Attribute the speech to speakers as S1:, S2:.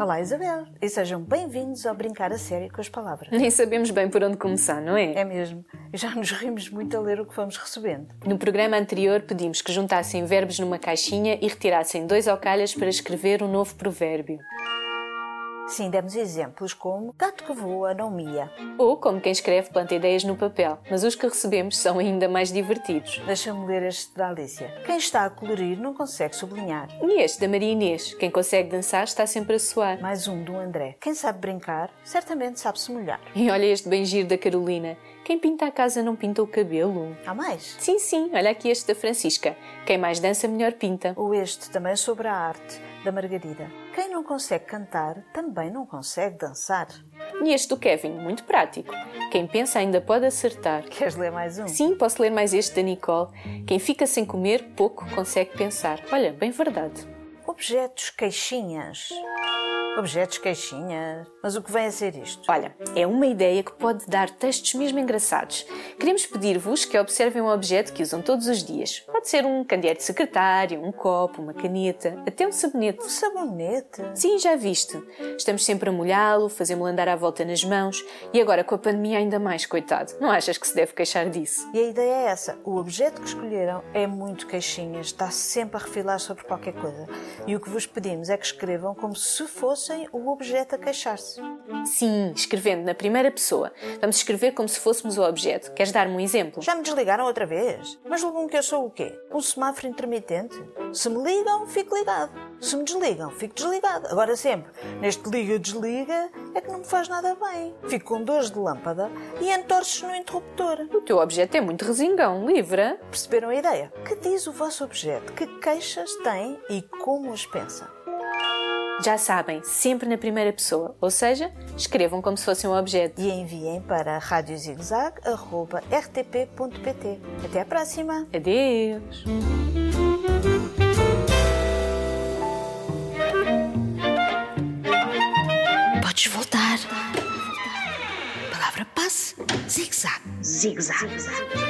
S1: Olá, Isabel, e sejam bem-vindos ao Brincar a Sério com as Palavras.
S2: Nem sabemos bem por onde começar, não é?
S1: É mesmo, já nos rimos muito a ler o que vamos recebendo.
S2: No programa anterior pedimos que juntassem verbos numa caixinha e retirassem dois alcalhas para escrever um novo provérbio.
S1: Sim, demos exemplos como gato que voa não mia.
S2: Ou como quem escreve planta ideias no papel, mas os que recebemos são ainda mais divertidos.
S1: Deixa-me ler este da Alicia. Quem está a colorir não consegue sublinhar.
S2: E este da Maria Inês, quem consegue dançar está sempre a suar.
S1: Mais um do André. Quem sabe brincar, certamente sabe se molhar.
S2: E olha este bem giro da Carolina, quem pinta a casa não pinta o cabelo.
S1: Há mais?
S2: Sim, sim, olha aqui este da Francisca, quem mais dança melhor pinta.
S1: Ou este também sobre a arte, da Margarida. Quem não consegue cantar, também não consegue dançar.
S2: E este do Kevin, muito prático, quem pensa ainda pode acertar.
S1: Queres ler mais um?
S2: Sim, posso ler mais este da Nicole. Quem fica sem comer, pouco consegue pensar. Olha, bem verdade.
S1: Objetos queixinhas. Objetos queixinhas. Mas o que vem a ser isto?
S2: Olha, é uma ideia que pode dar textos mesmo engraçados. Queremos pedir-vos que observem um objeto que usam todos os dias. Pode ser um candeeiro de secretário, um copo, uma caneta, até um sabonete.
S1: Um sabonete.
S2: Sim, já viste. Estamos sempre a molhá-lo, fazemos-lo andar à volta nas mãos e agora com a pandemia ainda mais, coitado. Não achas que se deve queixar disso?
S1: E a ideia é essa. O objeto que escolheram é muito queixinhas, está sempre a refilar sobre qualquer coisa. E o que vos pedimos é que escrevam como se fossem o objeto a queixar-se.
S2: Sim, escrevendo na primeira pessoa. Vamos escrever como se fôssemos o objeto. Queres dar-me um exemplo?
S1: Já me desligaram outra vez? Mas ligam que eu sou o quê? Um semáforo intermitente? Se me ligam, fico ligado. Se me desligam, fico desligado. Agora sempre, neste liga-desliga, é que não me faz nada bem. Fico com dores de lâmpada e entorces no interruptor.
S2: O teu objeto é muito resingão, livra.
S1: Perceberam a ideia? Que diz o vosso objeto? Que queixas tem e como os pensa?
S2: Já sabem, sempre na primeira pessoa, ou seja, escrevam como se fosse um objeto.
S1: E enviem para radiozigzag.rtp.pt. Até à próxima!
S2: Adeus!
S3: Podes voltar. Palavra passe. Zig-zag.
S4: zigzag.